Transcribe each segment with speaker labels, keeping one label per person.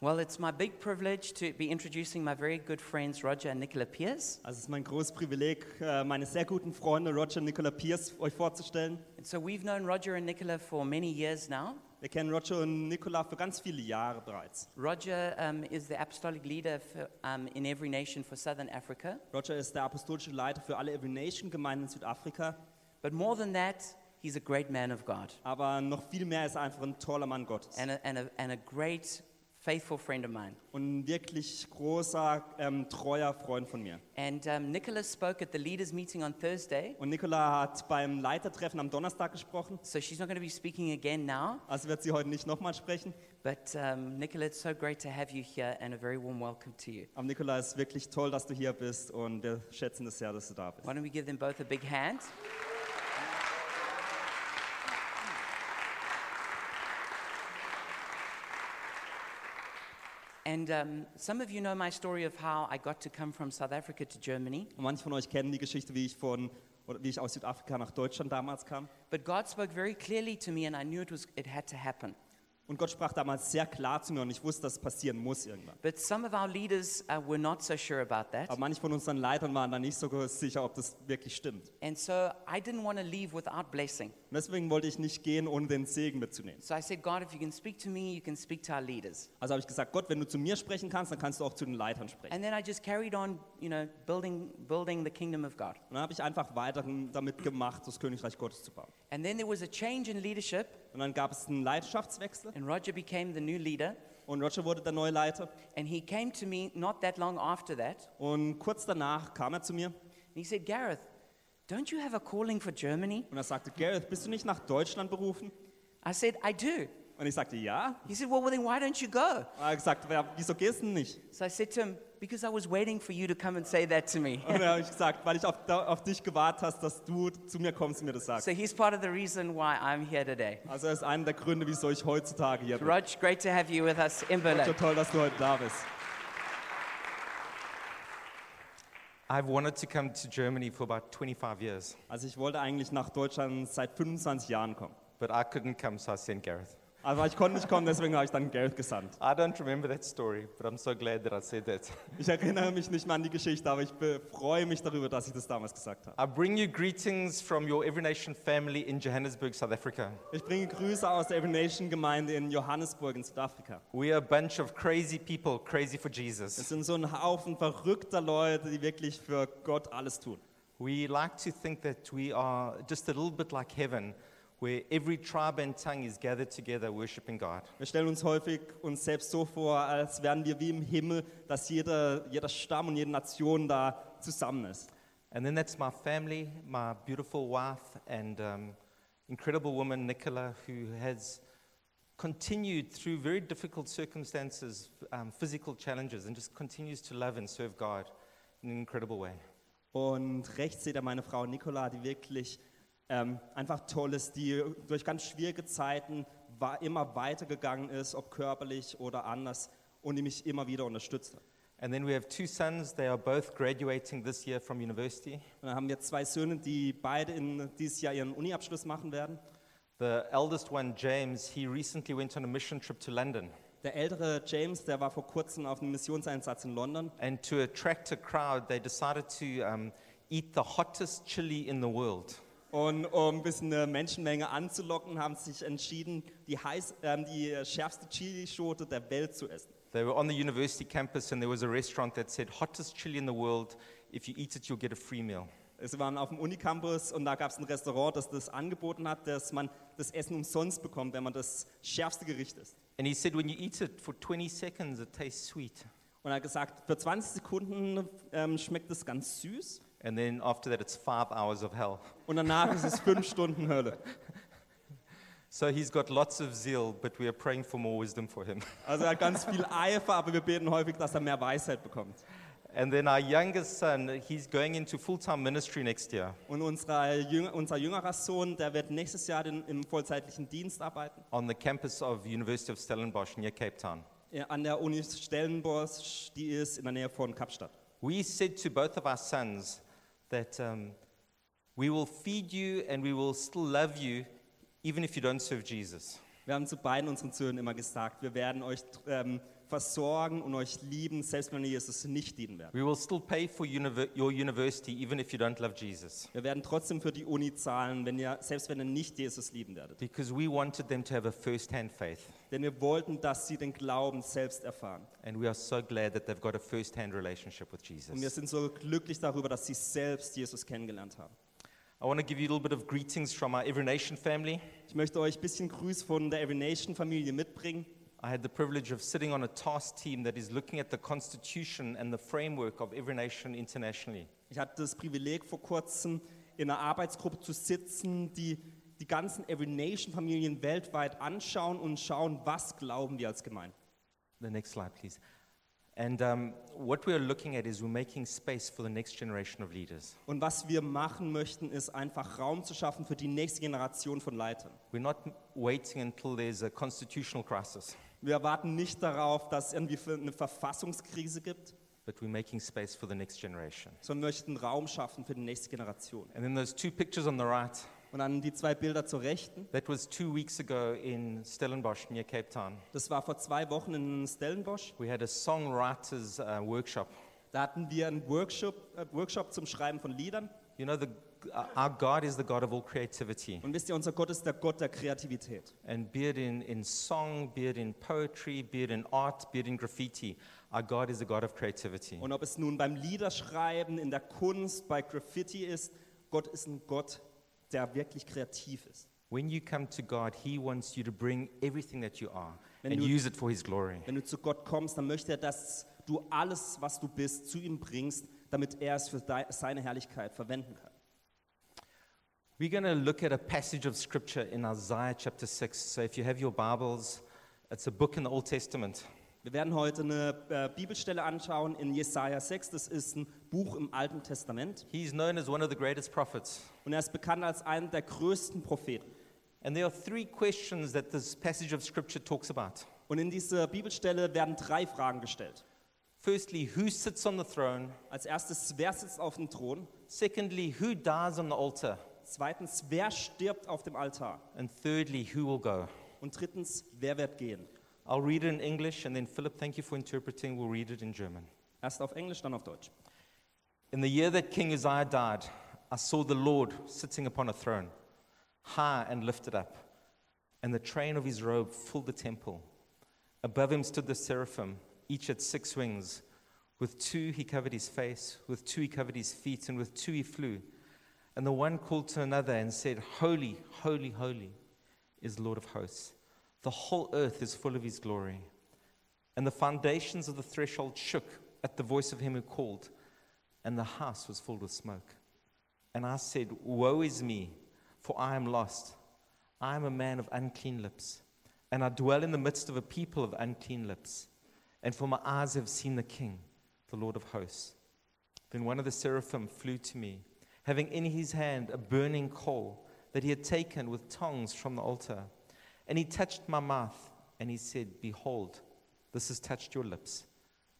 Speaker 1: Well, it's my big privilege to be introducing my very good friends Roger and Nicola Pierce.
Speaker 2: Also es ist mein großes Privileg, äh, meine sehr guten Freunde Roger und Nicola Pierce euch vorzustellen.
Speaker 1: And so we've known Roger and Nicola for many years now.
Speaker 2: Wir kennen Roger und Nicola für ganz viele Jahre bereits.
Speaker 1: Roger um, is the apostolic leader for, um, in every nation for Southern Africa.
Speaker 2: Roger ist der apostolische Leiter für alle Every Nation Gemeinden in Südafrika,
Speaker 1: But more than that, he's a great man of God
Speaker 2: aber noch viel mehr ist er einfach ein toller Mann Gottes
Speaker 1: and a, and a, and a great, faithful friend of mine.
Speaker 2: und ein wirklich großer, ähm, treuer Freund von mir.
Speaker 1: And um, Nicola spoke at the leaders' meeting on Thursday,
Speaker 2: Und Nicola hat beim Leitertreffen am Donnerstag gesprochen,
Speaker 1: so she's not going to be speaking again now.
Speaker 2: also wird sie heute nicht nochmal sprechen.
Speaker 1: But um, Nicola, it's so great to have you here and a very warm welcome to you.
Speaker 2: Aber Nicola, es ist wirklich toll, dass du hier bist und wir schätzen es sehr, dass du da bist.
Speaker 1: Why don't we give them both a big hand? And um, some of you know my story of how I got to come from South Africa to Germany,
Speaker 2: Und manche von euch kennen die Geschichte, wie ich, von, oder wie ich aus Südafrika nach Deutschland damals kam.
Speaker 1: but God spoke very clearly to me, and I knew it was it had to happen.
Speaker 2: Und Gott sprach damals sehr klar zu mir und ich wusste, dass es passieren muss irgendwann.
Speaker 1: But some of our leaders uh, were not so sure about that,
Speaker 2: Aber manche von unseren Leitern waren da nicht so sicher, ob das wirklich stimmt.
Speaker 1: and so I didn't want to leave without blessing.
Speaker 2: Und deswegen wollte ich nicht gehen, ohne den Segen mitzunehmen.
Speaker 1: So I said, God, if you can speak to me, you can speak to our leaders.
Speaker 2: Also habe ich gesagt, Gott, wenn du zu mir sprechen kannst, dann kannst du auch zu den Leitern sprechen.
Speaker 1: And then I just carried on, you know, building building the kingdom of God.
Speaker 2: Und dann habe ich einfach weiter damit gemacht, das Königreich Gottes zu bauen.
Speaker 1: And then there was a change in leadership,
Speaker 2: Und dann gab es einen Leiterschaftswechsel
Speaker 1: and Roger became the new leader.
Speaker 2: und Roger wurde der neue Leiter.
Speaker 1: And he came to me not that long after that,
Speaker 2: Und kurz danach kam er zu mir
Speaker 1: and he said, Gareth, don't you have a calling for Germany?
Speaker 2: und er sagte, Gareth, bist du nicht nach Deutschland berufen?
Speaker 1: I said, I do.
Speaker 2: Und ich sagte, ja.
Speaker 1: He said, Well, then why don't you go?
Speaker 2: Und er hat gesagt, "Ja, wieso gehst du denn nicht?
Speaker 1: So I said to him, Because I was waiting for you to come and say that to me.
Speaker 2: Und dann habe ich gesagt, weil ich auf, da- auf dich gewartet hast, dass du zu mir kommst und mir das sagst.
Speaker 1: so he's part of the reason why I'm here today.
Speaker 2: Also das ist einer der Gründe, wieso ich heutzutage hier bin.
Speaker 1: Rog, great to have you with us in
Speaker 2: So
Speaker 1: Berlin.
Speaker 2: toll, dass du heute da bist.
Speaker 3: I've wanted to come to Germany for about 25 years,
Speaker 2: Also ich wollte eigentlich nach Deutschland seit 25 Jahren kommen.
Speaker 3: but I couldn't come, so I sent Gareth.
Speaker 2: Aber ich konnte nicht kommen, deswegen habe ich dann Gareth gesandt.
Speaker 3: I don't remember that story, but I'm so glad that I said that.
Speaker 2: Ich erinnere mich nicht mehr an die Geschichte, aber ich be- freue mich darüber, dass ich das damals gesagt habe.
Speaker 3: I bring you greetings from your Every Nation family in Johannesburg, South Africa.
Speaker 2: Ich bringe Grüße aus der Every Nation Gemeinde in Johannesburg in Südafrika.
Speaker 3: We are a bunch of crazy people, crazy for
Speaker 2: Es
Speaker 3: Jesus.
Speaker 2: sind so ein Haufen verrückter Leute, die wirklich für Gott alles tun.
Speaker 3: We like to think that we are just a little bit like heaven, where every tribe and tongue is gathered together worshiping God.
Speaker 2: Wir stellen uns häufig uns selbst so vor, als wären wir wie im Himmel, dass jeder, jeder Stamm und jede Nation da zusammen ist.
Speaker 3: And then that's my family, my beautiful wife, and um, incredible woman, Nicola, who has continued through very difficult circumstances, um, physical challenges, and just continues to love and serve God in an incredible way.
Speaker 2: Und rechts seht ihr meine Frau Nicola, die wirklich ähm, einfach toll ist, die durch ganz schwierige Zeiten war, immer weitergegangen ist, ob körperlich oder anders, und die mich immer wieder unterstützt hat.
Speaker 3: And then we have two sons, they are both graduating this year from university.
Speaker 2: Und dann haben wir zwei Söhne, die beide in dieses Jahr ihren Uniabschluss machen werden.
Speaker 3: The eldest one, James, he recently went on a mission trip to London.
Speaker 2: Der ältere James, der war vor kurzem auf einem Missionseinsatz in London.
Speaker 3: And to attract a crowd, they decided to um, eat the hottest chili in the world.
Speaker 2: Und um ein bisschen eine Menschenmenge anzulocken, haben sie sich entschieden, die, heiß, ähm, die schärfste Chilischote der Welt zu essen.
Speaker 3: They were on the university campus and there was a restaurant that said, hottest chili in the world. If you eat it, you'll get a free meal.
Speaker 2: Sie Also waren auf dem Unicampus und da gab es ein Restaurant, das das angeboten hat, dass man das Essen umsonst bekommt, wenn man das schärfste Gericht isst.
Speaker 3: And he said, when you eat it for 20 seconds, it tastes sweet.
Speaker 2: Und er hat gesagt, für 20 Sekunden ähm, schmeckt es ganz süß
Speaker 3: And then after that, it's five hours of hell.
Speaker 2: und danach ist es fünf Stunden Hölle.
Speaker 3: So he's got lots of zeal, but we are praying for more wisdom for him.
Speaker 2: Also er hat ganz viel Eifer, aber wir beten häufig, dass er mehr Weisheit bekommt.
Speaker 3: And then our youngest son, he's going into full time ministry next year.
Speaker 2: Und unser, Jüng unser jüngerer Sohn, der wird nächstes Jahr den, im vollzeitlichen Dienst arbeiten.
Speaker 3: on the campus of University of Stellenbosch near Cape Town.
Speaker 2: Ja, äh, an der Uni Stellenbosch, die ist in der Nähe von Kapstadt.
Speaker 3: We said to both of our sons that um, we will feed you and we will still love you even if you don't serve Jesus.
Speaker 2: Wir haben zu beiden unseren Söhnen immer gesagt, wir werden euch ähm, versorgen und euch lieben, selbst wenn wir Jesus nicht dienen werden.
Speaker 3: We will still pay for univer- your university even if you don't love Jesus
Speaker 2: Wir werden trotzdem für die Uni zahlen, wenn ihr, selbst wenn ihr nicht Jesus lieben werdet.
Speaker 3: because we wanted them to have a first hand faith.
Speaker 2: Denn wir wollten, dass sie den Glauben selbst erfahren.
Speaker 3: And we are so glad that they've got a first hand relationship with
Speaker 2: Und wir
Speaker 3: Jesus.
Speaker 2: sind so glücklich darüber, dass sie selbst Jesus kennengelernt haben.
Speaker 3: I want to give you a little bit of greetings from our Every Nation family.
Speaker 2: Ich möchte euch ein bisschen Grüße von der Every Nation Familie mitbringen.
Speaker 3: I had the privilege of sitting on a task team that is looking at the constitution and the framework of every nation internationally.
Speaker 2: Ich hatte das Privileg, vor kurzem in einer Arbeitsgruppe zu sitzen, die die ganzen Every Nation Familien weltweit anschauen und schauen, was glauben wir als Gemeinde.
Speaker 3: The next slide, please. And um, what we are looking at is we're making space for the next generation of leaders.
Speaker 2: Und was wir machen möchten, ist einfach Raum zu schaffen für die nächste Generation von Leitern.
Speaker 3: We're not m- waiting until there's a constitutional crisis,
Speaker 2: Wir warten nicht darauf, dass es irgendwie für eine Verfassungskrise gibt,
Speaker 3: but we're making space for the next generation.
Speaker 2: sondern möchten Raum schaffen für die nächste Generation.
Speaker 3: And then those two pictures on the right,
Speaker 2: Und dann die zwei Bilder zur Rechten.
Speaker 3: that was two weeks ago in Stellenbosch near Cape Town.
Speaker 2: Das war vor zwei Wochen in Stellenbosch.
Speaker 3: We had a songwriters uh, workshop.
Speaker 2: Da hatten wir einen Workshop, äh, Workshop zum Schreiben von Liedern.
Speaker 3: You know, the, uh, our God is the God of all creativity.
Speaker 2: Und wisst ihr, unser Gott ist der Gott der Kreativität.
Speaker 3: And be it in, in song, be it in poetry, be it in art, be it in graffiti, our God is a God of creativity.
Speaker 2: Und ob es nun beim Liederschreiben, in der Kunst, bei Graffiti ist, Gott ist ein Gott, der wirklich kreativ ist.
Speaker 3: When you come to God, He wants you to bring everything that you are
Speaker 2: Wenn
Speaker 3: and
Speaker 2: du-
Speaker 3: use it for His glory.
Speaker 2: Wenn du zu Gott kommst, dann möchte er, dass du alles, was du bist, zu ihm bringst, damit er es für dei- seine Herrlichkeit verwenden kann.
Speaker 3: We're going to look at a passage of scripture in Isaiah chapter 6. So if you have your Bibles, it's a book in the Old Testament.
Speaker 2: Wir werden heute eine äh, Bibelstelle anschauen in Jesaja 6. Das ist ein Buch im Alten Testament.
Speaker 3: He's known as one of the greatest prophets.
Speaker 2: Und er ist bekannt als einer der größten Propheten.
Speaker 3: And there are three questions that this passage of scripture talks about.
Speaker 2: Und in dieser Bibelstelle werden drei Fragen gestellt.
Speaker 3: Firstly, who sits on the throne?
Speaker 2: Als erstes, wer sitzt auf dem Thron?
Speaker 3: Secondly, who dies on the altar?
Speaker 2: Zweitens, wer stirbt auf dem Altar?
Speaker 3: And thirdly, who will go?
Speaker 2: Und drittens, wer wird gehen?
Speaker 3: I'll read it in English and then Philip, thank you for interpreting, we'll read it in German.
Speaker 2: Erst auf Englisch, dann auf Deutsch.
Speaker 3: In the year that King Uzziah died, I saw the Lord sitting upon a throne, high and lifted up, and the train of his robe filled the temple. Above him stood the seraphim, each had six wings. With two he covered his face, with two he covered his feet, and with two he flew. And the one called to another and said, Holy, holy, holy is Lord of hosts. The whole earth is full of his glory. And the foundations of the threshold shook at the voice of him who called, and the house was filled with smoke. And I said, Woe is me, for I am lost. I am a man of unclean lips, and I dwell in the midst of a people of unclean lips. And for my eyes have seen the King, the Lord of hosts. Then one of the seraphim flew to me, having in his hand a burning coal that he had taken with tongs from the altar. And he touched my mouth, and he said, Behold, this has touched your lips.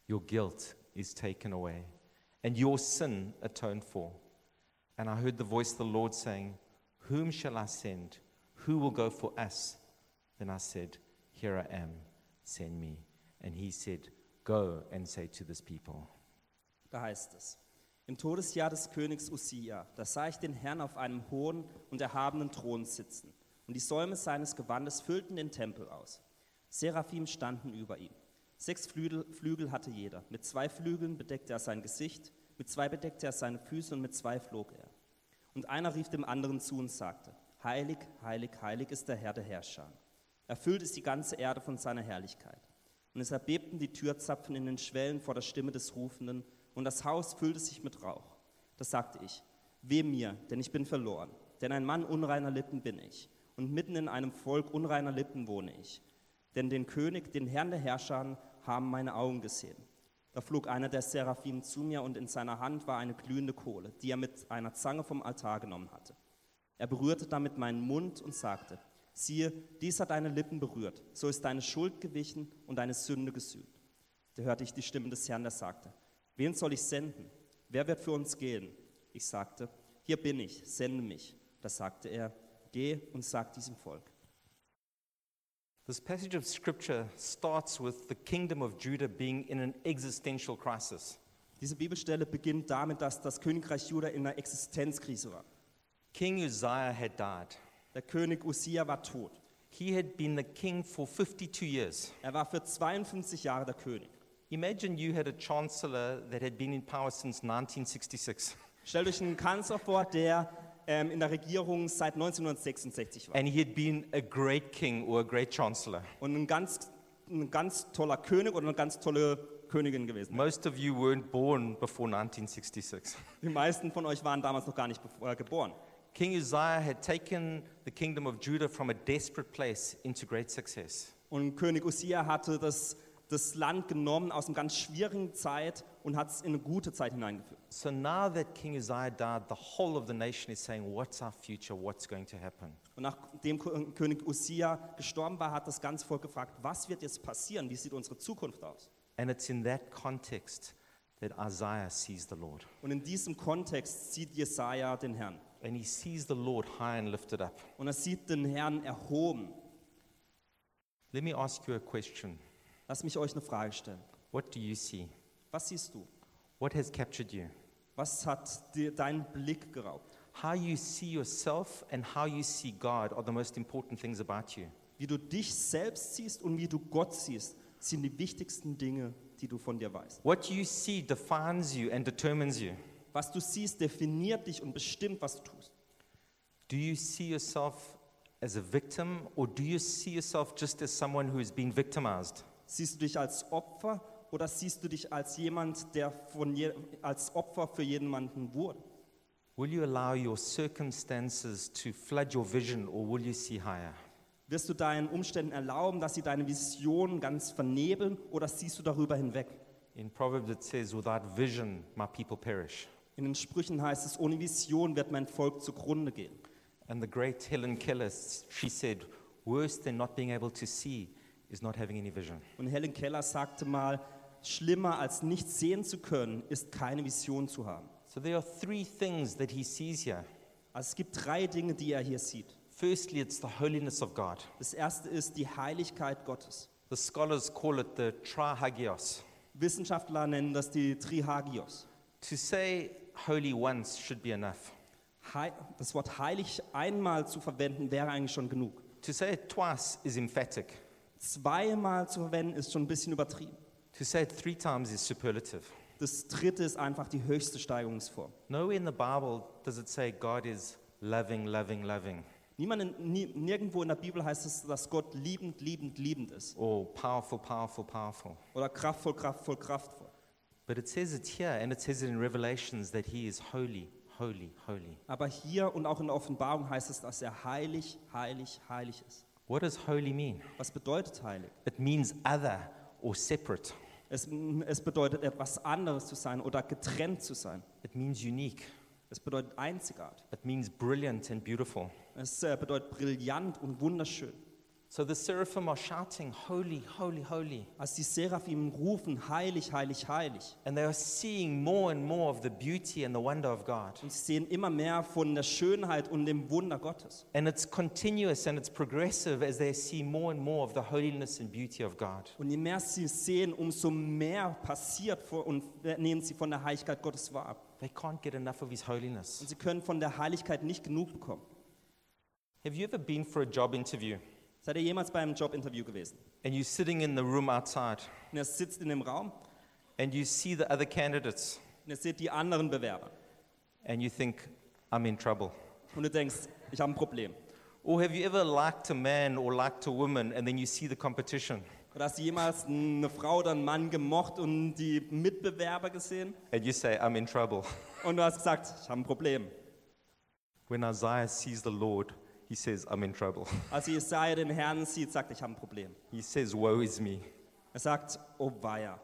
Speaker 3: Your guilt is taken away, and your sin atoned for. And I heard the voice of the Lord saying, Whom shall I send? Who will go for us? Then I said, Here I am, send me. And he said, Go and say to this people.
Speaker 2: Da heißt es: Im Todesjahr des Königs Usia, da sah ich den Herrn auf einem hohen und erhabenen Thron sitzen, und die Säume seines Gewandes füllten den Tempel aus. Seraphim standen über ihm. Sechs Flügel, Flügel hatte jeder. Mit zwei Flügeln bedeckte er sein Gesicht, mit zwei bedeckte er seine Füße und mit zwei flog er. Und einer rief dem anderen zu und sagte: Heilig, heilig, heilig ist der Herr der Herrscher. Erfüllt ist die ganze Erde von seiner Herrlichkeit. Und es erbebten die Türzapfen in den Schwellen vor der Stimme des Rufenden, und das Haus füllte sich mit Rauch. Da sagte ich: Weh mir, denn ich bin verloren, denn ein Mann unreiner Lippen bin ich, und mitten in einem Volk unreiner Lippen wohne ich. Denn den König, den Herrn der Herrscher, haben meine Augen gesehen. Da flog einer der Seraphim zu mir, und in seiner Hand war eine glühende Kohle, die er mit einer Zange vom Altar genommen hatte. Er berührte damit meinen Mund und sagte, siehe, dies hat deine Lippen berührt, so ist deine Schuld gewichen und deine Sünde gesühnt. Da hörte ich die Stimme des Herrn, der sagte, wen soll ich senden? Wer wird für uns gehen? Ich sagte, hier bin ich, sende mich. Da sagte er, geh und sag diesem Volk.
Speaker 3: This passage of scripture starts with the kingdom of Judah being in an existential crisis.
Speaker 2: Diese Bibelstelle beginnt damit, dass das Königreich Juda in einer Existenzkrise war.
Speaker 3: King Uzziah had died.
Speaker 2: Der König Usia war tot.
Speaker 3: He had been the king for 52 years.
Speaker 2: Er war für 52 Jahre der König.
Speaker 3: Imagine you had a chancellor that had been in power since 1966
Speaker 2: Stellt euch einen Kanzler vor, der ähm, in der Regierung seit 1966 war.
Speaker 3: and he had been a great king or a great chancellor.
Speaker 2: Und ein ganz, ein ganz toller König oder eine ganz tolle Königin gewesen.
Speaker 3: Most of you weren't born before 1966.
Speaker 2: Die meisten von euch waren damals noch gar nicht bevor- äh, geboren.
Speaker 3: King Uzziah had taken the kingdom of Judah from a desperate place into great success.
Speaker 2: Und König Usia hatte das, das Land genommen aus einer ganz schwierigen Zeit und hat es in eine gute Zeit hineingeführt.
Speaker 3: So now that King Uzziah died, the whole of the nation is saying, What's our future? What's going to happen?
Speaker 2: Und nachdem Ko- König Usia gestorben war, hat das ganze Volk gefragt, was wird jetzt passieren? Wie sieht unsere Zukunft aus?
Speaker 3: And it's in that context that Isaiah sees the Lord.
Speaker 2: Und in diesem Kontext sieht Jesaja den Herrn.
Speaker 3: And he sees the Lord high and lifted up.
Speaker 2: Und er sieht den Herrn erhoben.
Speaker 3: Let me ask you a question.
Speaker 2: Lass mich euch eine Frage stellen.
Speaker 3: What do you see?
Speaker 2: Was siehst du?
Speaker 3: What has captured you?
Speaker 2: Was hat dir deinen Blick geraubt?
Speaker 3: How you see yourself and how you see God are the most important things about you.
Speaker 2: Wie du dich selbst siehst und wie du Gott siehst, sind die wichtigsten Dinge, die du von dir weißt.
Speaker 3: What you see defines you and determines you.
Speaker 2: Was du siehst, definiert dich und bestimmt, was du tust.
Speaker 3: Do you see yourself as a victim or do you see yourself just as someone who has been victimized?
Speaker 2: Siehst du dich als Opfer oder siehst du dich als jemand, der von je, als Opfer für jemanden wurde?
Speaker 3: Will you allow your circumstances to flood your vision or will you see higher?
Speaker 2: Wirst du deinen Umständen erlauben, dass sie deine Vision ganz vernebeln oder siehst du darüber hinweg?
Speaker 3: In Proverbs it says, Without vision, my people perish.
Speaker 2: In den Sprüchen heißt es, ohne Vision wird mein Volk zugrunde gehen.
Speaker 3: And the great Helen Keller, she said, Worse than not being able to see is not having any vision.
Speaker 2: Und Helen Keller sagte mal, schlimmer als nichts sehen zu können, ist keine Vision zu haben.
Speaker 3: So there are three things that he sees here.
Speaker 2: Also es gibt drei Dinge, die er hier sieht.
Speaker 3: Firstly, it's the holiness of God.
Speaker 2: Das erste ist die Heiligkeit Gottes.
Speaker 3: The scholars call it the trihagios.
Speaker 2: Wissenschaftler nennen das die Trihagios.
Speaker 3: To say holy once should be enough.
Speaker 2: Hei das Wort heilig einmal zu verwenden, wäre eigentlich schon genug.
Speaker 3: To say it twice is emphatic.
Speaker 2: Zweimal zu verwenden, ist schon ein bisschen übertrieben.
Speaker 3: To say it three times is superlative.
Speaker 2: Das dritte ist einfach die höchste Steigerungsform.
Speaker 3: Nowhere in the Bible does it say God is loving, loving, loving,
Speaker 2: Niemand in, nie, nirgendwo in der Bibel heißt es, dass Gott liebend, liebend, liebend ist.
Speaker 3: or powerful, powerful, powerful.
Speaker 2: Oder kraftvoll, kraftvoll, kraftvoll.
Speaker 3: But it says it here, and it says it in Revelations that He is holy, holy, holy.
Speaker 2: Aber hier und auch in der Offenbarung heißt es, dass er heilig, heilig, heilig ist.
Speaker 3: What does holy mean?
Speaker 2: Was bedeutet heilig?
Speaker 3: It means other or separate.
Speaker 2: Es, es bedeutet etwas anderes zu sein oder getrennt zu sein.
Speaker 3: It means unique.
Speaker 2: Es bedeutet einzigartig.
Speaker 3: It means brilliant and beautiful.
Speaker 2: Es äh, bedeutet brillant und wunderschön.
Speaker 3: So the seraphim are shouting, Holy, holy, holy.
Speaker 2: Als die Seraphim rufen, heilig, heilig, heilig.
Speaker 3: And they are seeing more and more of the beauty and the wonder of God.
Speaker 2: Und sie sehen immer mehr von der Schönheit und dem Wunder Gottes.
Speaker 3: And it's continuous and it's progressive as they see more and more of the holiness and beauty of God.
Speaker 2: Und je mehr sie sehen, umso mehr passiert vor- und äh, nehmen sie von der Heiligkeit Gottes wahr.
Speaker 3: They can't get enough of His holiness.
Speaker 2: Und sie können von der Heiligkeit nicht genug bekommen.
Speaker 3: Have you ever been for a job interview
Speaker 2: Seid ihr jemals bei einem Jobinterview gewesen?
Speaker 3: and you're sitting in the room outside
Speaker 2: Und ihr sitzt in dem Raum
Speaker 3: and you see the other candidates
Speaker 2: und ihr seht die anderen Bewerber.
Speaker 3: and you think, I'm in trouble?
Speaker 2: Und du denkst, ich habe ein Problem.
Speaker 3: Or have you ever liked a man or liked a woman and then you see the competition
Speaker 2: Oder hast du jemals eine Frau oder einen Mann gemocht und die Mitbewerber gesehen?
Speaker 3: and you say, I'm in trouble?
Speaker 2: Und du hast gesagt, ich habe ein Problem.
Speaker 3: When Isaiah sees the Lord, he says, I'm in trouble.
Speaker 2: Als Also Jesaja den Herrn sieht, sagt, ich habe ein Problem.
Speaker 3: He says, Woe is me.
Speaker 2: Er sagt, oh weia.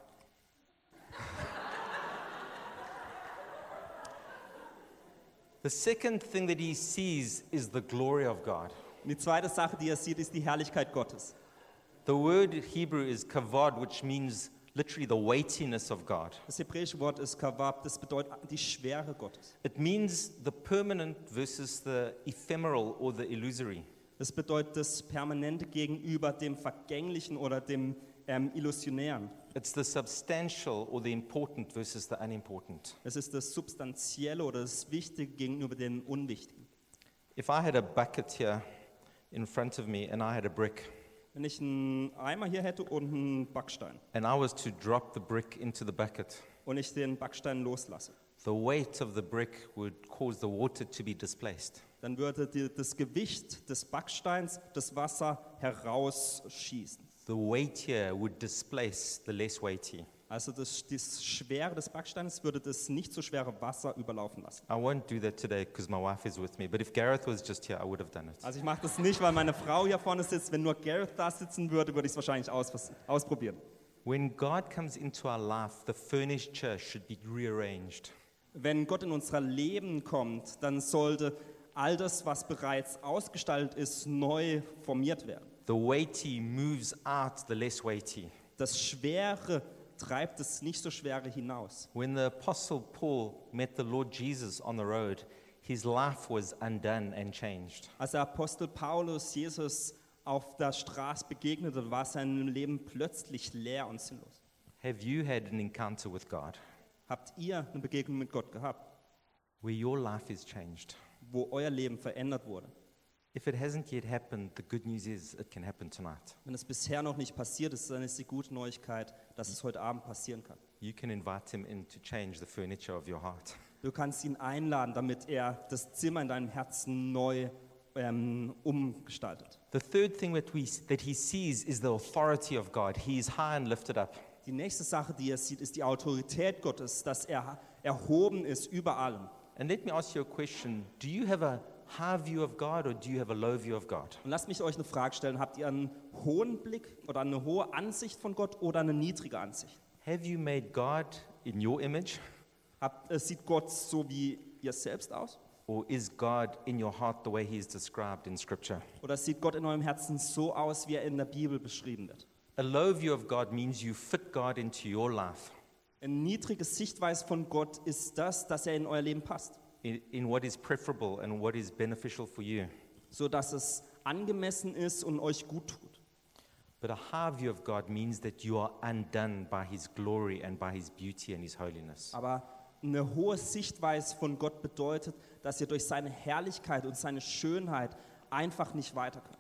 Speaker 3: The second thing that he sees is the glory of God.
Speaker 2: Und die zweite Sache, die er sieht, ist die Herrlichkeit Gottes.
Speaker 3: The word Hebrew is kavod, which means literally the weightiness of God.
Speaker 2: Das hebräische Wort ist kavab, das bedeutet die Schwere Gottes.
Speaker 3: It means the permanent versus the ephemeral or the illusory.
Speaker 2: Es bedeutet das Permanente gegenüber dem Vergänglichen oder dem ähm, Illusionären.
Speaker 3: It's the substantial or the important versus the unimportant.
Speaker 2: Es ist das Substanzielle oder das Wichtige gegenüber dem Unwichtigen.
Speaker 3: If I had a bucket here in front of me and I had a brick,
Speaker 2: Wenn ich einen Eimer hier hätte und einen Backstein
Speaker 3: and I was to drop the brick into the bucket,
Speaker 2: und ich den Backstein loslasse,
Speaker 3: the weight of the brick would cause the water to be displaced.
Speaker 2: dann würde die, das Gewicht des Backsteins das Wasser herausschießen.
Speaker 3: The weightier would displace the less weighty.
Speaker 2: Also das, das Schwere des Backsteins würde das nicht so schwere Wasser überlaufen lassen.
Speaker 3: I won't do that today because my wife is with me, but if Gareth was just here, I would have done it.
Speaker 2: Also ich mache das nicht, weil meine Frau hier vorne sitzt. Wenn nur Gareth da sitzen würde, würde ich es wahrscheinlich aus, ausprobieren.
Speaker 3: When God comes into our life, the furniture should be rearranged.
Speaker 2: Wenn Gott in unser Leben kommt, dann sollte all das, was bereits ausgestaltet ist, neu formiert werden.
Speaker 3: The weighty moves out the less weighty.
Speaker 2: Das Schwere treibt das nicht so Schwere hinaus.
Speaker 3: When the Apostle Paul met the Lord Jesus on the road, his life was undone and changed.
Speaker 2: Als der Apostel Paulus Jesus auf der Straße begegnete, war sein Leben plötzlich leer und sinnlos.
Speaker 3: Have you had an encounter with God
Speaker 2: Habt ihr eine Begegnung mit Gott gehabt,
Speaker 3: where your life is changed?
Speaker 2: wo euer Leben verändert wurde?
Speaker 3: If it hasn't yet happened, the good news is it can happen tonight.
Speaker 2: Wenn es bisher noch nicht passiert ist, dann ist die gute Neuigkeit, dass es heute Abend passieren kann.
Speaker 3: You can invite him in to change the furniture of your heart.
Speaker 2: Du kannst ihn einladen, damit er das Zimmer in deinem Herzen neu ähm, umgestaltet.
Speaker 3: The third thing that, we, that he sees is the authority of God. He is high and lifted up.
Speaker 2: Die nächste Sache, die er sieht, ist die Autorität Gottes, dass er erhoben ist über allem.
Speaker 3: And let me ask you a question Do you have a high view of God or do you have a low view of God?
Speaker 2: Und lasst mich euch eine Frage stellen. Habt ihr einen hohen Blick oder eine hohe Ansicht von Gott oder eine niedrige Ansicht?
Speaker 3: Have you made God in your image
Speaker 2: Habt, äh, sieht Gott so wie ihr selbst aus?
Speaker 3: or is God in your heart the way he is described in Scripture?
Speaker 2: Oder sieht Gott in eurem Herzen so aus, wie er in der Bibel beschrieben wird?
Speaker 3: A low view of God means you fit God into your life
Speaker 2: Eine niedrige Sichtweise von Gott ist das, dass er in euer Leben passt,
Speaker 3: in, in what is preferable and what is beneficial for you.
Speaker 2: so dass es angemessen ist und euch gut tut.
Speaker 3: But a high view of God means that you are undone by his glory and by his beauty and his holiness.
Speaker 2: Aber eine hohe Sichtweise von Gott bedeutet, dass ihr durch seine Herrlichkeit und seine Schönheit einfach nicht weiterkommt.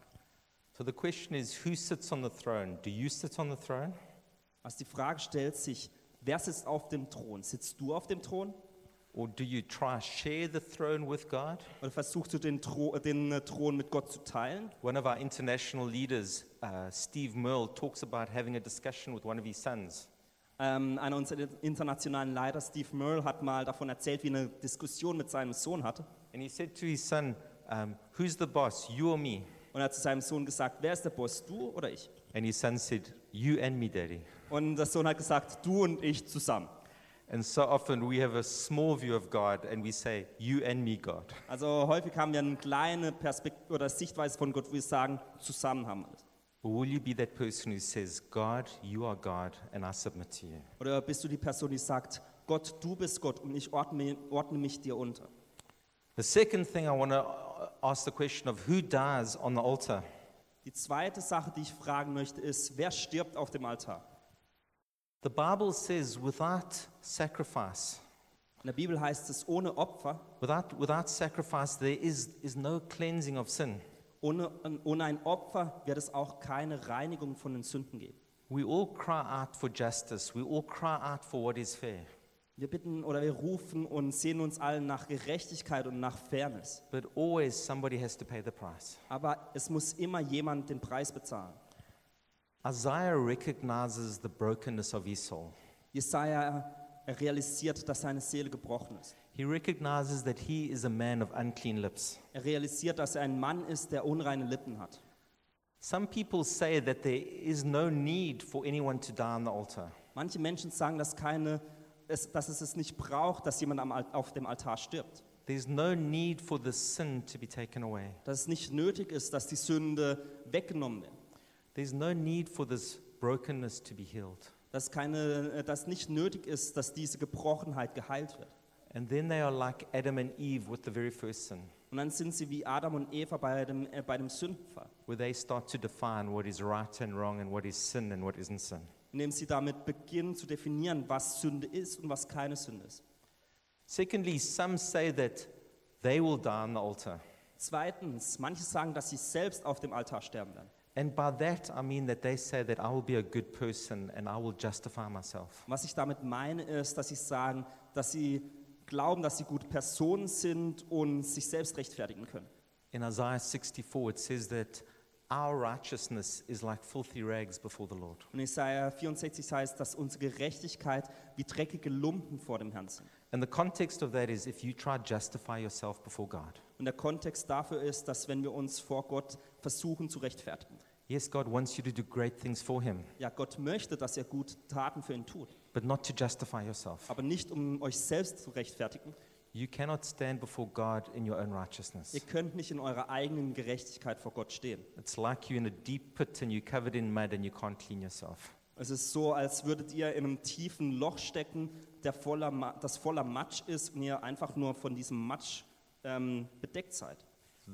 Speaker 3: So the question is who sits on the throne? Do you sit on the throne?
Speaker 2: Also die Frage stellt sich, wer sitzt auf dem Thron? Sitzt du auf dem Thron?
Speaker 3: Or do you try share the throne with God?
Speaker 2: Oder versuchst du den, Thro den äh, Thron mit Gott zu teilen?
Speaker 3: One of our international leaders, uh, Steve Merle, talks about having a discussion with one of his sons.
Speaker 2: Ähm, einer unserer internationalen Leiter, Steve Merle, hat mal davon erzählt, wie er eine Diskussion mit seinem Sohn hatte.
Speaker 3: And he said to his son, um, Who's the boss, you or me?
Speaker 2: Und er hat zu seinem Sohn gesagt, wer ist der Boss, du oder ich?
Speaker 3: And his son said, You and me, daddy.
Speaker 2: Und der Sohn hat gesagt, du und ich zusammen.
Speaker 3: And so often we have a small view of God and we say, You and me, God.
Speaker 2: Also häufig haben wir eine kleine Perspektive oder Sichtweise von Gott, wo wir sagen, zusammen haben wir alles.
Speaker 3: Or will you be that person who says, God, you are God, and I submit to you?
Speaker 2: Oder bist du die Person, die sagt, Gott, du bist Gott und ich ordne, ordne mich dir unter.
Speaker 3: The second thing I want to ask the question of who dies on the altar?
Speaker 2: Die zweite Sache, die ich fragen möchte, ist, wer stirbt auf dem Altar?
Speaker 3: The Bible says, without sacrifice,
Speaker 2: In der Bibel heißt es, ohne Opfer,
Speaker 3: Without, without sacrifice, there is, is no cleansing of sin.
Speaker 2: ohne, ohne ein Opfer wird es auch keine Reinigung von den Sünden geben.
Speaker 3: We all cry out for justice. We all cry out for what is fair.
Speaker 2: Wir bitten oder wir rufen und sehen uns allen nach Gerechtigkeit und nach Fairness.
Speaker 3: But always somebody has to pay the price.
Speaker 2: Aber es muss immer jemand den Preis bezahlen.
Speaker 3: Isaiah recognizes the brokenness of his soul.
Speaker 2: Jesaja realisiert, dass seine Seele gebrochen ist.
Speaker 3: He recognizes that he is a man of unclean lips.
Speaker 2: Er realisiert, dass er ein Mann ist, der unreine Lippen hat.
Speaker 3: Some people say that there is no need for anyone to die on the altar.
Speaker 2: Manche Menschen sagen, dass, keine, es, dass es es nicht braucht, dass jemand am, Al- auf dem Altar stirbt.
Speaker 3: There's no need for the sin to be taken away.
Speaker 2: Dass es nicht nötig ist, dass die Sünde weggenommen wird.
Speaker 3: There's no need for this brokenness to be healed.
Speaker 2: Dass, keine, äh, dass nicht nötig ist, dass diese Gebrochenheit geheilt wird.
Speaker 3: And then they are like Adam and Eve with the very first sin.
Speaker 2: Und dann sind sie wie Adam und Eva bei dem, äh, bei dem Sündenfall,
Speaker 3: where they start to define what is right and wrong and what is sin and what isn't sin.
Speaker 2: indem sie damit beginnen zu definieren, was Sünde ist und was keine Sünde ist.
Speaker 3: Secondly, some say that they will die on the altar.
Speaker 2: Zweitens, manche sagen, dass sie selbst auf dem Altar sterben werden.
Speaker 3: And by that, I mean that they say that I will be a good person and I will justify myself.
Speaker 2: Was ich damit meine, ist, dass sie sagen, dass sie glauben, dass sie gute Personen sind und sich selbst rechtfertigen können.
Speaker 3: In Isaiah 64, it says that our righteousness is like filthy rags before the Lord.
Speaker 2: Und Jesaja 64 heißt, dass unsere Gerechtigkeit wie dreckige Lumpen vor dem Herrn sind.
Speaker 3: And the context of that is if you try to justify yourself before God.
Speaker 2: Und der Kontext dafür ist, dass wenn wir uns vor Gott versuchen zu rechtfertigen,
Speaker 3: Yes, God wants you to do great things for Him,
Speaker 2: ja, Gott möchte, dass ihr gute Taten für ihn tut,
Speaker 3: but not to justify yourself.
Speaker 2: aber nicht um euch selbst zu rechtfertigen.
Speaker 3: You cannot stand before God in your own righteousness.
Speaker 2: Ihr könnt nicht in eurer eigenen Gerechtigkeit vor Gott stehen.
Speaker 3: It's like you're in a deep pit and you're covered in mud and you can't clean yourself.
Speaker 2: Es ist so, als würdet ihr in einem tiefen Loch stecken, der voller, Ma- das voller Matsch ist und ihr einfach nur von diesem Matsch ähm, bedeckt seid.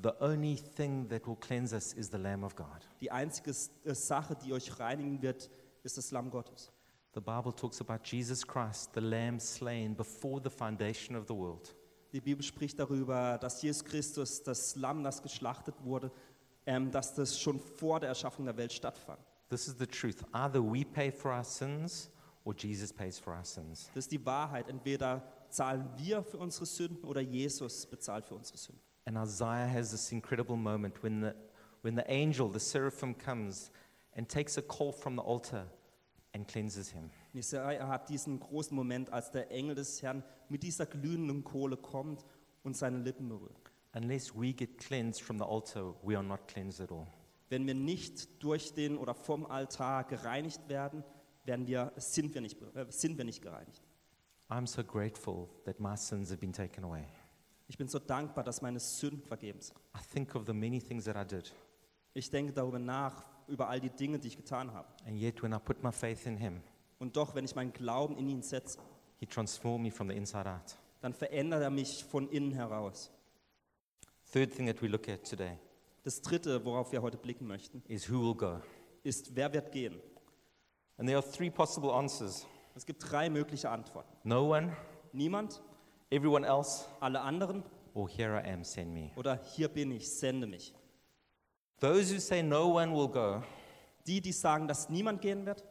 Speaker 3: The only thing that will cleanse us is the Lamb of God.
Speaker 2: Die einzige S- äh, Sache, die euch reinigen wird, ist das Lamm Gottes.
Speaker 3: The Bible talks about Jesus Christ, the Lamb slain before the foundation of the world.
Speaker 2: Die Bibel spricht darüber, dass Jesus Christus, das Lamm, das geschlachtet wurde, ähm, dass das schon vor der Erschaffung der Welt stattfand.
Speaker 3: This is the truth. Either we pay for our sins or Jesus pays for our sins.
Speaker 2: Das ist die Wahrheit. Entweder zahlen wir für unsere Sünden oder Jesus bezahlt für unsere Sünden.
Speaker 3: And Isaiah has this incredible moment when the, when the angel, the seraphim, comes and takes a coal from the altar and cleanses him.
Speaker 2: Und Jesaja hat diesen großen Moment, als der Engel des Herrn mit dieser glühenden Kohle kommt und seine Lippen berührt.
Speaker 3: Unless we get cleansed from the altar, we are not cleansed at all.
Speaker 2: Wenn wir nicht durch den oder vom Altar gereinigt werden, werden wir, sind, wir nicht, äh, sind wir nicht gereinigt.
Speaker 3: I'm so grateful that my sins have been taken away.
Speaker 2: Ich bin so dankbar, dass meine Sünden vergeben sind.
Speaker 3: I think of the many things that I did,
Speaker 2: Ich denke darüber nach, über all die Dinge, die ich getan habe.
Speaker 3: and yet when I put my faith in Him,
Speaker 2: Und doch, wenn ich meinen Glauben in ihn setze,
Speaker 3: He transformed me from the inside out.
Speaker 2: dann verändert er mich von innen heraus.
Speaker 3: Third thing that we look at today
Speaker 2: Das Dritte, worauf wir heute blicken möchten,
Speaker 3: is who will go.
Speaker 2: ist, wer wird gehen?
Speaker 3: And there are three possible answers
Speaker 2: Es gibt drei mögliche Antworten.
Speaker 3: no one,
Speaker 2: Niemand,
Speaker 3: everyone else,
Speaker 2: alle anderen
Speaker 3: or here I am, send me.
Speaker 2: oder hier bin ich, sende mich.
Speaker 3: Those who say no one will go
Speaker 2: Die, die sagen, dass niemand gehen wird,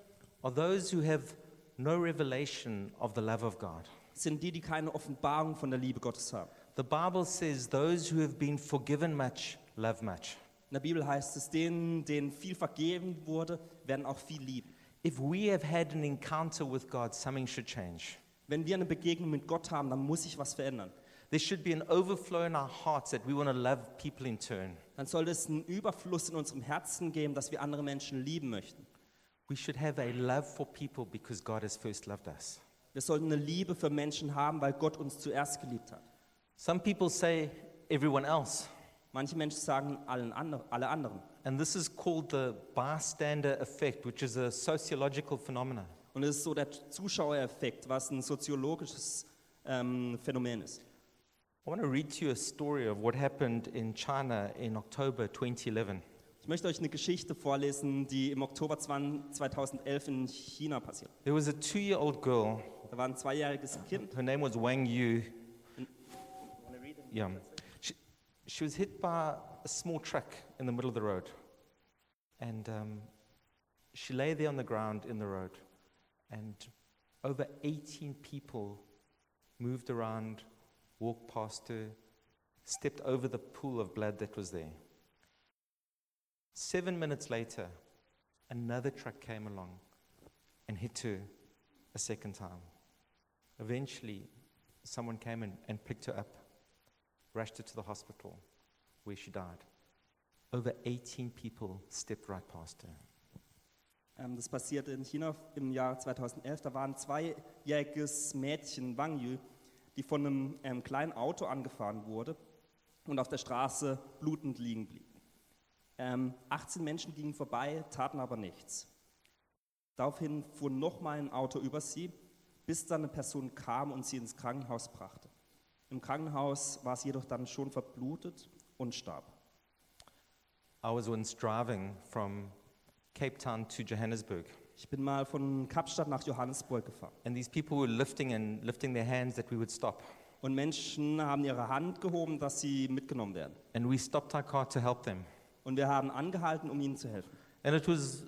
Speaker 3: are those who have no revelation of the love of God.
Speaker 2: sind die, die keine Offenbarung von der Liebe Gottes haben.
Speaker 3: The Bible says those who have been forgiven much love much.
Speaker 2: In der Bibel heißt es, denen, denen viel vergeben wurde, werden auch viel lieben.
Speaker 3: If we have had an encounter with God, something should change.
Speaker 2: Wenn wir eine Begegnung mit Gott haben, dann muss sich was verändern.
Speaker 3: There should be an overflow in our hearts that we want to love people in turn.
Speaker 2: Dann sollte es einen Überfluss in unserem Herzen geben, dass wir andere Menschen lieben möchten.
Speaker 3: We should have a love for people because God has first loved us.
Speaker 2: Wir sollten eine Liebe für Menschen haben, weil Gott uns zuerst geliebt hat.
Speaker 3: Some people say everyone else,
Speaker 2: Manche Menschen sagen allen ander, alle anderen.
Speaker 3: and this is called the bystander effect, which is a sociological phenomenon.
Speaker 2: Und es ist so der Zuschauereffekt, was ein soziologisches ähm, Phänomen ist.
Speaker 3: I want to read to you a story of what happened in China in October 2011.
Speaker 2: Ich möchte euch eine Geschichte vorlesen, die im Oktober 20 2011 in China passiert.
Speaker 3: There was a two year old girl,
Speaker 2: Da war ein zweijähriges Kind.
Speaker 3: her name was Wang Yu. Yeah. She, she was hit by a small truck in the middle of the road. And um, she lay there on the ground in the road. And over 18 people moved around, walked past her, stepped over the pool of blood that was there. Seven minutes later, another truck came along and hit her a second time. Eventually, someone came and, and picked her up, rushed her to the hospital where she died. Over 18 people stepped right past her.
Speaker 2: Ähm, das passierte in China im Jahr 2011. Da war ein zweijähriges Mädchen, Wang Yu, die von einem ähm, kleinen Auto angefahren wurde und auf der Straße blutend liegen blieb. Ähm, 18 Menschen gingen vorbei, taten aber nichts. Daraufhin fuhr nochmal ein Auto über sie, bis dann eine Person kam und sie ins Krankenhaus brachte. Im Krankenhaus war es jedoch dann schon verblutet und starb.
Speaker 3: I was once driving from Cape Town to Johannesburg,
Speaker 2: Ich bin mal von Kapstadt nach Johannesburg gefahren.
Speaker 3: and these people were lifting and lifting their hands that we would stop.
Speaker 2: Und Menschen haben ihre Hand gehoben, dass sie mitgenommen werden.
Speaker 3: And we stopped our car to help them.
Speaker 2: Und wir haben angehalten, um ihnen zu helfen.
Speaker 3: And it was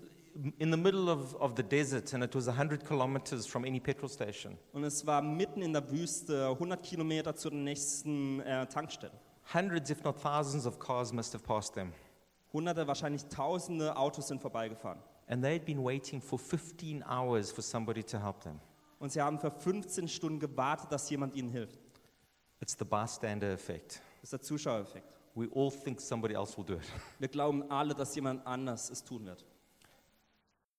Speaker 3: in the middle of, of the desert, and it was 100 kilometers from any petrol station.
Speaker 2: Und es war mitten in der Wüste, 100 Kilometer zu der nächsten äh, Tankstelle.
Speaker 3: Hundreds, if not thousands, of cars must have passed them.
Speaker 2: Hunderte, wahrscheinlich tausende Autos sind vorbeigefahren.
Speaker 3: And they had been waiting for 15 hours for somebody to help them.
Speaker 2: Und sie haben für 15 Stunden gewartet, dass jemand ihnen hilft.
Speaker 3: It's the bystander effect.
Speaker 2: Das ist der Zuschauereffekt.
Speaker 3: We all think somebody else will do it.
Speaker 2: Wir glauben alle, dass jemand anders es tun wird.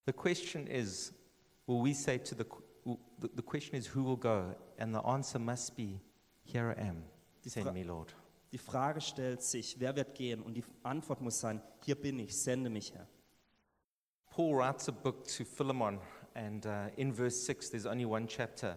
Speaker 3: The question is, will we say to the, the, the question is, who will go? And the answer must be, here I am,
Speaker 2: Die Fra-
Speaker 3: send me, Lord.
Speaker 2: Die Frage stellt sich, wer wird gehen? Und die Antwort muss sein, hier bin ich, sende mich her.
Speaker 3: Paul writes a book to Philemon, and uh, in verse 6, there's only one chapter.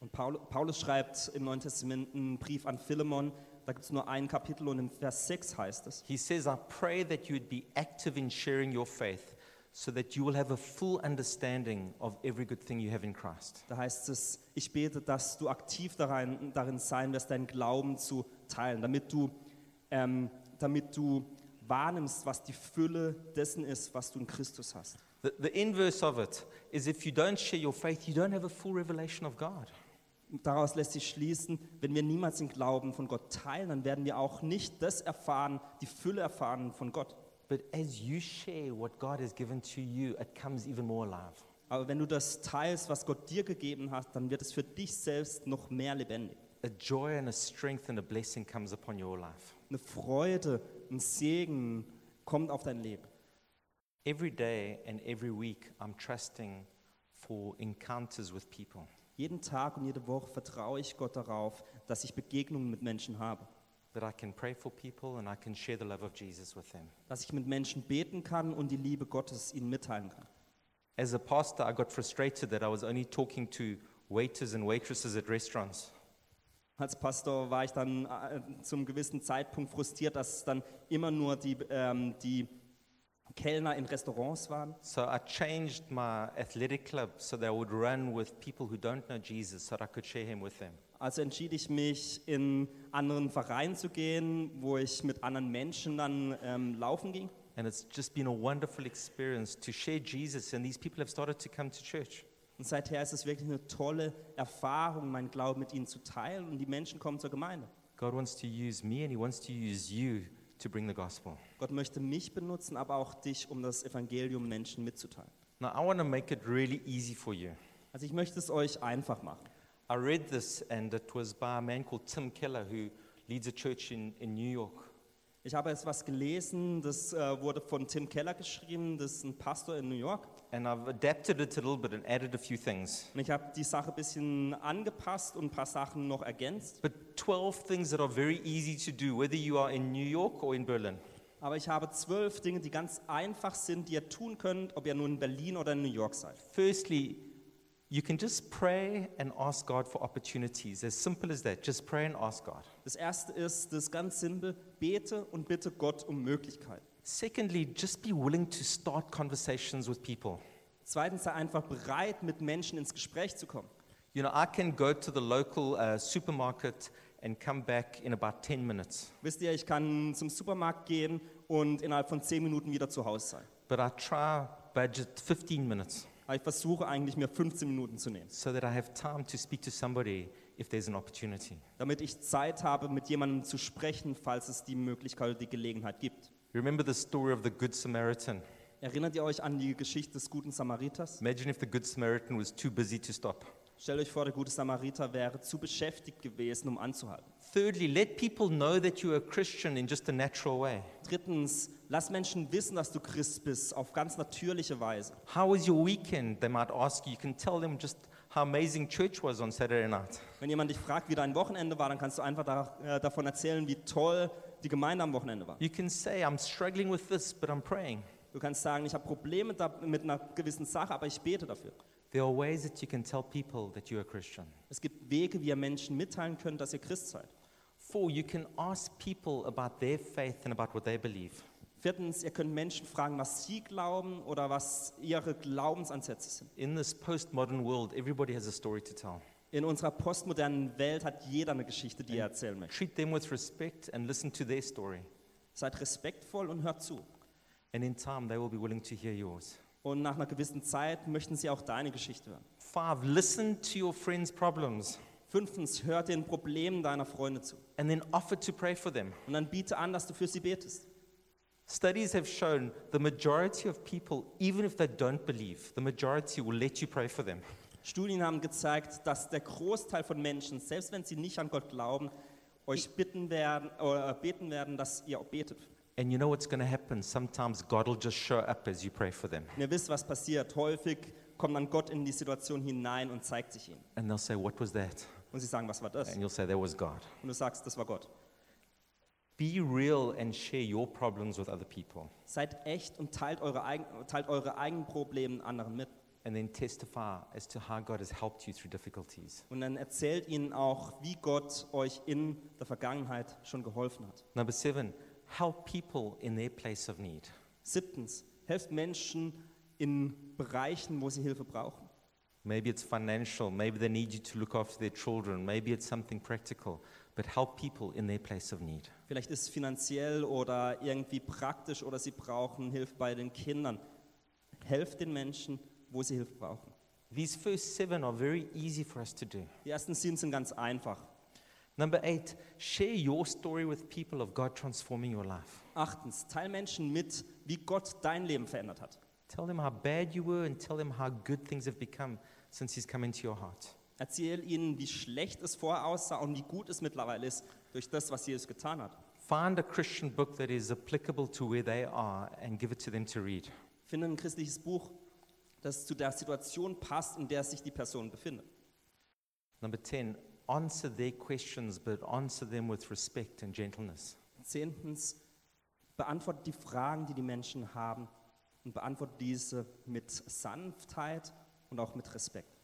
Speaker 2: Und Paul, Paulus schreibt im Neuen Testament einen Brief an Philemon, da gibt es nur ein Kapitel und im Vers 6 heißt es,
Speaker 3: He says, I pray that you would be active in sharing your faith so that you will have a full understanding of every good thing you have in Christ.
Speaker 2: da heißt es, ich bete, dass du aktiv darin, darin sein wirst, deinen Glauben zu teilen, damit du, ähm, damit du wahrnimmst, was die Fülle dessen ist, was du in Christus hast.
Speaker 3: The, the inverse of it is if you don't share your faith, you don't have a full revelation of God.
Speaker 2: Daraus lässt sich schließen, wenn wir niemals den Glauben von Gott teilen, dann werden wir auch nicht das erfahren, die Fülle erfahren von Gott.
Speaker 3: But as you share what God has given to you, it comes even more alive.
Speaker 2: Aber wenn du das teilst, was Gott dir gegeben hat, dann wird es für dich selbst noch mehr lebendig.
Speaker 3: A joy and a strength and a blessing comes upon your life.
Speaker 2: Eine Freude, ein Segen kommt auf dein Leben.
Speaker 3: Every day and every week, I'm trusting for encounters with people.
Speaker 2: Jeden Tag und jede Woche vertraue ich Gott darauf, dass ich Begegnungen mit Menschen habe,
Speaker 3: That I can pray for people and I can share the love of Jesus with them.
Speaker 2: dass ich mit Menschen beten kann und die Liebe Gottes ihnen mitteilen kann.
Speaker 3: As a pastor, I got frustrated that I was only talking to waiters and waitresses at restaurants.
Speaker 2: Als Pastor war ich dann äh, zum gewissen Zeitpunkt frustriert, dass es dann immer nur die, ähm, die Kellner in Restaurants waren.
Speaker 3: So I changed my athletic club so that I would run with people who don't know Jesus so that I could share him with them.
Speaker 2: Also entschied ich mich, in anderen Verein zu gehen, wo ich mit anderen Menschen dann ähm, laufen ging.
Speaker 3: And it's just been a wonderful experience to share Jesus, and these people have started to come to church.
Speaker 2: Und seither ist es wirklich eine tolle Erfahrung, meinen Glauben mit ihnen zu teilen und die Menschen kommen zur Gemeinde.
Speaker 3: God wants to use me, and He wants to use you to bring the gospel.
Speaker 2: Gott möchte mich benutzen, aber auch dich, um das Evangelium Menschen mitzuteilen.
Speaker 3: Now, I want to make it really easy for you.
Speaker 2: Also ich möchte es euch einfach machen.
Speaker 3: I read this, and it was by a man called Tim Keller who leads a church in, in New York.
Speaker 2: Ich habe jetzt was gelesen, das äh, wurde von Tim Keller geschrieben, das ist ein Pastor in New York.
Speaker 3: And I've adapted it a little bit and added a few things.
Speaker 2: Und ich habe die Sache ein bisschen angepasst und ein paar Sachen noch ergänzt.
Speaker 3: But 12 things that are very easy to do, whether you are in New York or in Berlin.
Speaker 2: Aber ich habe zwölf Dinge, die ganz einfach sind, die ihr tun könnt, ob ihr nun in Berlin oder in New York seid.
Speaker 3: Firstly, you can just pray and ask God for opportunities. As simple as that, just pray and ask God.
Speaker 2: Das erste ist, das ist ganz simpel, bete und bitte Gott um Möglichkeiten.
Speaker 3: Secondly, just be willing to start conversations with people.
Speaker 2: Zweitens sei einfach bereit, mit Menschen ins Gespräch zu kommen.
Speaker 3: You know, I can go to the local uh, supermarket and come back in about 10 minutes,
Speaker 2: Wisst ihr, ich kann zum Supermarkt gehen und innerhalb von zehn Minuten wieder zu Hause sein.
Speaker 3: but I try budget 15 minutes
Speaker 2: Aber ich versuche eigentlich, mir 15 Minuten zu nehmen,
Speaker 3: so that I have time to speak to somebody if there's an opportunity.
Speaker 2: damit ich Zeit habe, mit jemandem zu sprechen, falls es die Möglichkeit oder die Gelegenheit gibt.
Speaker 3: Remember the story of the Good Samaritan.
Speaker 2: Erinnert ihr euch an die Geschichte des guten Samariters?
Speaker 3: Imagine if the Good Samaritan was too busy to stop.
Speaker 2: Stellt euch vor, der gute Samariter wäre zu beschäftigt gewesen, um anzuhalten.
Speaker 3: Thirdly, let people know that you're a Christian in just a natural way.
Speaker 2: Drittens, lass Menschen wissen, dass du Christ bist, auf ganz natürliche Weise.
Speaker 3: How was your weekend? They might ask you. You can tell them just how amazing church was on Saturday night.
Speaker 2: Wenn jemand dich fragt, wie dein Wochenende war, dann kannst du einfach da, äh, davon erzählen, wie toll die Gemeinde am Wochenende war.
Speaker 3: You can say, I'm struggling with this, but I'm praying.
Speaker 2: Du kannst sagen, ich habe Probleme da, mit einer gewissen Sache, aber ich bete dafür.
Speaker 3: There are ways that you can tell people that you're a Christian.
Speaker 2: Es gibt Wege, wie ihr Menschen mitteilen könnt, dass ihr Christ seid.
Speaker 3: Four, you can ask people about their faith and about what they believe.
Speaker 2: Viertens, ihr könnt Menschen fragen, was sie glauben oder was ihre Glaubensansätze sind.
Speaker 3: In this postmodern world, everybody has a story to tell.
Speaker 2: In unserer postmodernen Welt hat jeder eine Geschichte, die er erzählen möchte.
Speaker 3: Treat them with respect and listen to their story.
Speaker 2: Seid respektvoll und hört zu.
Speaker 3: And in time, they will be willing to hear yours.
Speaker 2: Und nach einer gewissen Zeit möchten sie auch deine Geschichte hören.
Speaker 3: Five, listen to your friends' problems
Speaker 2: Fünftens, hört den Problemen deiner Freunde zu.
Speaker 3: and then offer to pray for them.
Speaker 2: Und dann biete an, dass du für sie betest.
Speaker 3: Studies have shown the majority of people, even if they don't believe, the majority will let you pray for them.
Speaker 2: Studien haben gezeigt, dass der Großteil von Menschen, selbst wenn sie nicht an Gott glauben, euch bitten werden, oder äh, beten werden, dass ihr auch betet.
Speaker 3: And you know what's going to happen? Sometimes God will just show up as you pray for them.
Speaker 2: Und ihr wisst, was passiert. Häufig kommt dann Gott in die Situation hinein und zeigt sich ihnen.
Speaker 3: And they'll say, What was that?
Speaker 2: Und sie sagen, was war das?
Speaker 3: And you'll say, That was God.
Speaker 2: Und du sagst, das war Gott.
Speaker 3: Be real and share your problems with other people.
Speaker 2: Seid echt und teilt eure, eigen, teilt eure eigenen Probleme anderen mit.
Speaker 3: And then testify as to how God has helped you through difficulties.
Speaker 2: Und dann erzählt ihnen auch, wie Gott euch in der Vergangenheit schon geholfen hat.
Speaker 3: Number seven, help people in their place of need.
Speaker 2: Siebtens, helft Menschen in Bereichen, wo sie Hilfe brauchen.
Speaker 3: Maybe it's financial, maybe they need you to look after their children, maybe it's something practical, but help people in their place of need.
Speaker 2: Vielleicht ist es finanziell oder irgendwie praktisch oder sie brauchen Hilfe bei den Kindern. Helft den Menschen, wo sie Hilfe brauchen.
Speaker 3: These first seven are very easy for us to do.
Speaker 2: Die ersten sieben sind ganz einfach.
Speaker 3: Number eight, share your story with people of God transforming your life.
Speaker 2: Achtens, teil Menschen mit, wie Gott dein Leben verändert hat.
Speaker 3: Tell them how bad you were and tell them how good things have become since He's come into your heart.
Speaker 2: Erzähl ihnen, wie schlecht es vorher aussah und wie gut es mittlerweile ist durch das, was Jesus getan hat.
Speaker 3: Find a Christian book that is applicable to where they are and give it to them to read.
Speaker 2: Finde ein christliches Buch, das zu der Situation passt, in der sich die Person befindet.
Speaker 3: Number 10, answer their questions, but answer them with respect and gentleness.
Speaker 2: Zehntens, beantwortet die Fragen, die die Menschen haben und beantwortet diese mit Sanftheit und auch mit Respekt.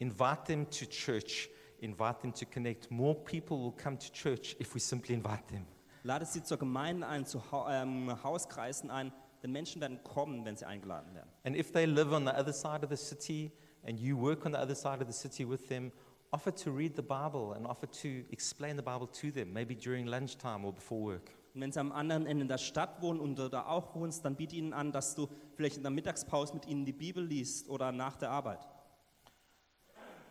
Speaker 3: Invite them to church, invite them to connect. More people will come to church if we simply invite them.
Speaker 2: Ladet sie zur Gemeinde ein, zu Hau- ähm, Hauskreisen ein, denn Menschen werden kommen, wenn sie eingeladen werden.
Speaker 3: And if they live on the other side of the city and you work on the other side of the city with them, offer to read the Bible and offer to explain the Bible to them, maybe during lunchtime or before work.
Speaker 2: Und wenn sie am anderen Ende der Stadt wohnen und du da auch wohnst, dann biete ihnen an, dass du vielleicht in der Mittagspause mit ihnen die Bibel liest oder nach der Arbeit.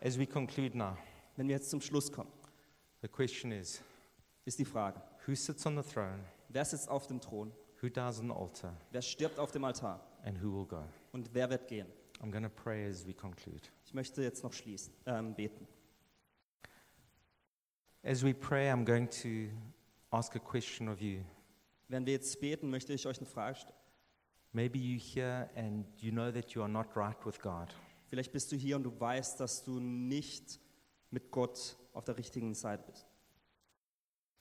Speaker 3: As we conclude now,
Speaker 2: Wenn wir jetzt zum Schluss kommen,
Speaker 3: the question is
Speaker 2: ist die Frage,
Speaker 3: who sits on the throne,
Speaker 2: wer sitzt auf dem Thron,
Speaker 3: who dies on the altar,
Speaker 2: wer stirbt auf dem Altar
Speaker 3: and who will go?
Speaker 2: und wer wird gehen?
Speaker 3: I'm going to pray as we conclude.
Speaker 2: Ich möchte jetzt noch schließen, ähm, beten.
Speaker 3: As we pray, I'm going to ask a question of you.
Speaker 2: Während wir jetzt beten, möchte ich euch eine Frage stellen.
Speaker 3: Maybe you hear and you know that you are not right with God.
Speaker 2: Vielleicht bist du hier und du weißt, dass du nicht mit Gott auf der richtigen Seite bist.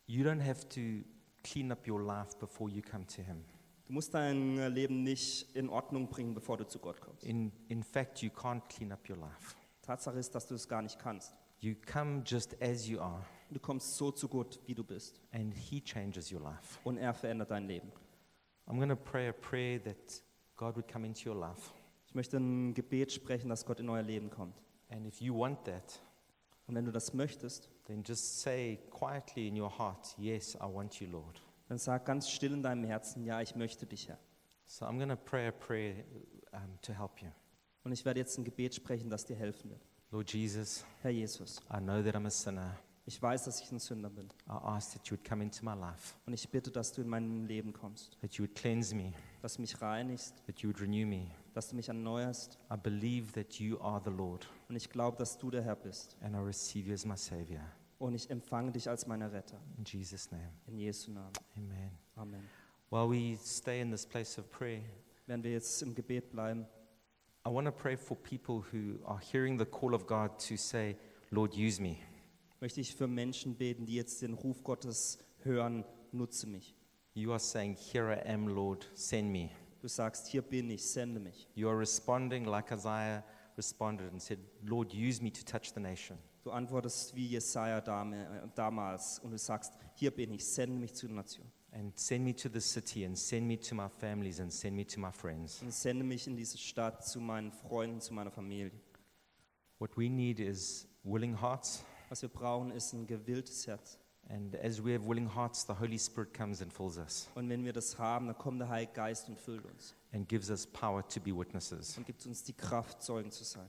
Speaker 3: You don't have to clean up your life before you come to Him.
Speaker 2: Du musst dein äh, Leben nicht in Ordnung bringen, bevor du zu Gott kommst.
Speaker 3: In, in fact, you can't clean up your life.
Speaker 2: Tatsache ist, dass du es gar nicht kannst.
Speaker 3: You come just as you are,
Speaker 2: Du kommst so zu Gott, wie du bist.
Speaker 3: and He changes your life.
Speaker 2: Und er verändert dein Leben.
Speaker 3: I'm going to pray a prayer that God would come into your life.
Speaker 2: Ich möchte ein Gebet sprechen, dass Gott in euer Leben kommt.
Speaker 3: And if you want that,
Speaker 2: Und wenn du das möchtest,
Speaker 3: then just say quietly in your heart, Yes, I want you, Lord.
Speaker 2: dann sag ganz still in deinem Herzen, ja, ich möchte dich, Herr.
Speaker 3: So I'm going to pray a prayer um, to help you.
Speaker 2: Und ich werde jetzt ein Gebet sprechen, das dir helfen wird.
Speaker 3: Lord Jesus,
Speaker 2: Herr Jesus,
Speaker 3: I know that I'm a sinner.
Speaker 2: ich weiß, dass ich ein Sünder bin.
Speaker 3: I ask that you would come into my life,
Speaker 2: Und ich bitte, dass du in mein Leben kommst,
Speaker 3: that you would cleanse me,
Speaker 2: dass du mich reinigst,
Speaker 3: that you would renew me.
Speaker 2: dass du mich erneuerst.
Speaker 3: I believe that you are the Lord,
Speaker 2: Und ich glaube, dass du der Herr bist.
Speaker 3: and I receive you as my Savior.
Speaker 2: Und ich empfange dich als meinen Retter.
Speaker 3: In Jesus' name,
Speaker 2: In Jesu Namen.
Speaker 3: amen.
Speaker 2: Amen.
Speaker 3: While we stay in this place of prayer,
Speaker 2: Wenn wir jetzt im Gebet bleiben,
Speaker 3: I want to pray for people who are hearing the call of God to say, Lord, use me.
Speaker 2: möchte ich für Menschen beten, die jetzt den Ruf Gottes hören, nutze mich.
Speaker 3: You are saying, Here I am, Lord, send me.
Speaker 2: Du sagst, hier bin ich, sende mich.
Speaker 3: You are responding like Isaiah, responded and said, Lord, use me to touch the nation.
Speaker 2: Du antwortest wie Jesaja dam- äh, damals und du sagst, hier bin ich, sende mich zu den Nationen.
Speaker 3: And send me to this city, and send me to my families, and send me to my friends.
Speaker 2: Und sende mich in diese Stadt zu meinen Freunden, zu meiner Familie.
Speaker 3: What we need is willing hearts.
Speaker 2: Was wir brauchen, ist ein gewilltes Herz.
Speaker 3: And as we have willing hearts, the Holy Spirit comes and fills us
Speaker 2: Und wenn wir das haben, dann kommt der Heilige Geist und füllt uns
Speaker 3: and gives us power to be witnesses.
Speaker 2: und gibt uns die Kraft, Zeugen zu sein.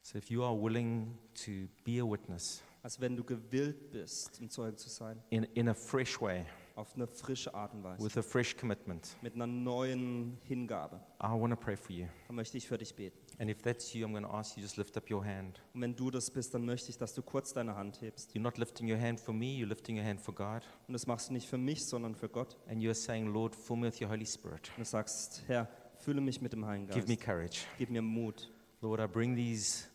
Speaker 3: So if you are willing to be a witness
Speaker 2: Also wenn du gewillt bist, um Zeugen zu sein,
Speaker 3: in, in a fresh way,
Speaker 2: auf eine frische Art und Weise,
Speaker 3: with a fresh commitment,
Speaker 2: mit einer neuen Hingabe,
Speaker 3: I want to pray for you.
Speaker 2: dann möchte ich für dich beten.
Speaker 3: And if that's you, I'm going to ask you just lift up your hand.
Speaker 2: Und wenn du das bist, dann möchte ich, dass du kurz deine Hand hebst.
Speaker 3: You're not lifting your hand for me, you're lifting your hand for God.
Speaker 2: Und das machst du nicht für mich, sondern für Gott.
Speaker 3: And you're saying, Lord, fill me with your Holy Spirit.
Speaker 2: Und du sagst, Herr, fülle mich mit dem Heiligen
Speaker 3: Give me
Speaker 2: Geist.
Speaker 3: courage.
Speaker 2: Gib mir Mut.
Speaker 3: Lord, I bring these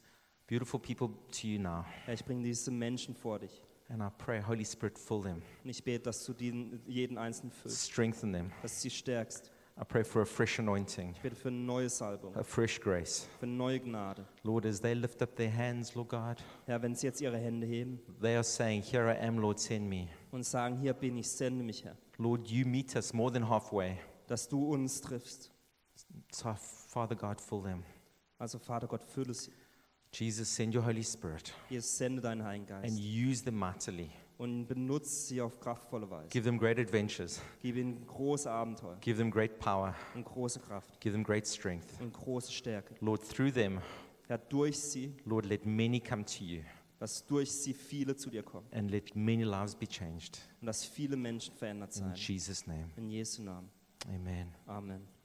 Speaker 3: beautiful people to you now.
Speaker 2: Herr, ich bringe diese Menschen vor dich.
Speaker 3: And I pray, Holy Spirit, fill them,
Speaker 2: Und ich bete, dass du diesen, jeden Einzelnen füllst,
Speaker 3: strengthen them.
Speaker 2: dass du sie stärkst.
Speaker 3: I pray for a fresh anointing,
Speaker 2: Ich bete für eine neue Salbung,
Speaker 3: a fresh grace.
Speaker 2: für eine neue Gnade.
Speaker 3: Lord, as they lift up their hands, Lord God,
Speaker 2: Herr, wenn sie jetzt ihre Hände heben
Speaker 3: they are saying, Here I am, Lord, send me.
Speaker 2: und sagen, hier bin ich, sende mich, Herr,
Speaker 3: Lord, you meet us more than halfway.
Speaker 2: dass du uns triffst.
Speaker 3: So, Father God, fill them.
Speaker 2: Also Vater Gott, fülle sie.
Speaker 3: Jesus, send your Holy Spirit
Speaker 2: Jesus, sende deinen Heiligen
Speaker 3: and
Speaker 2: Geist
Speaker 3: use them mightily.
Speaker 2: und benutze sie auf kraftvolle Weise.
Speaker 3: Give them great adventures,
Speaker 2: Gib ihnen große Abenteuer
Speaker 3: give them great power,
Speaker 2: und große Kraft
Speaker 3: give them great strength.
Speaker 2: und große Stärke.
Speaker 3: Lord, through them,
Speaker 2: Herr, durch sie,
Speaker 3: Lord, let many come to you
Speaker 2: dass durch sie viele zu dir kommen
Speaker 3: and let many lives be changed.
Speaker 2: und dass viele Menschen verändert
Speaker 3: In
Speaker 2: sein.
Speaker 3: Jesus' name,
Speaker 2: In Jesu Namen.
Speaker 3: amen.
Speaker 2: Amen.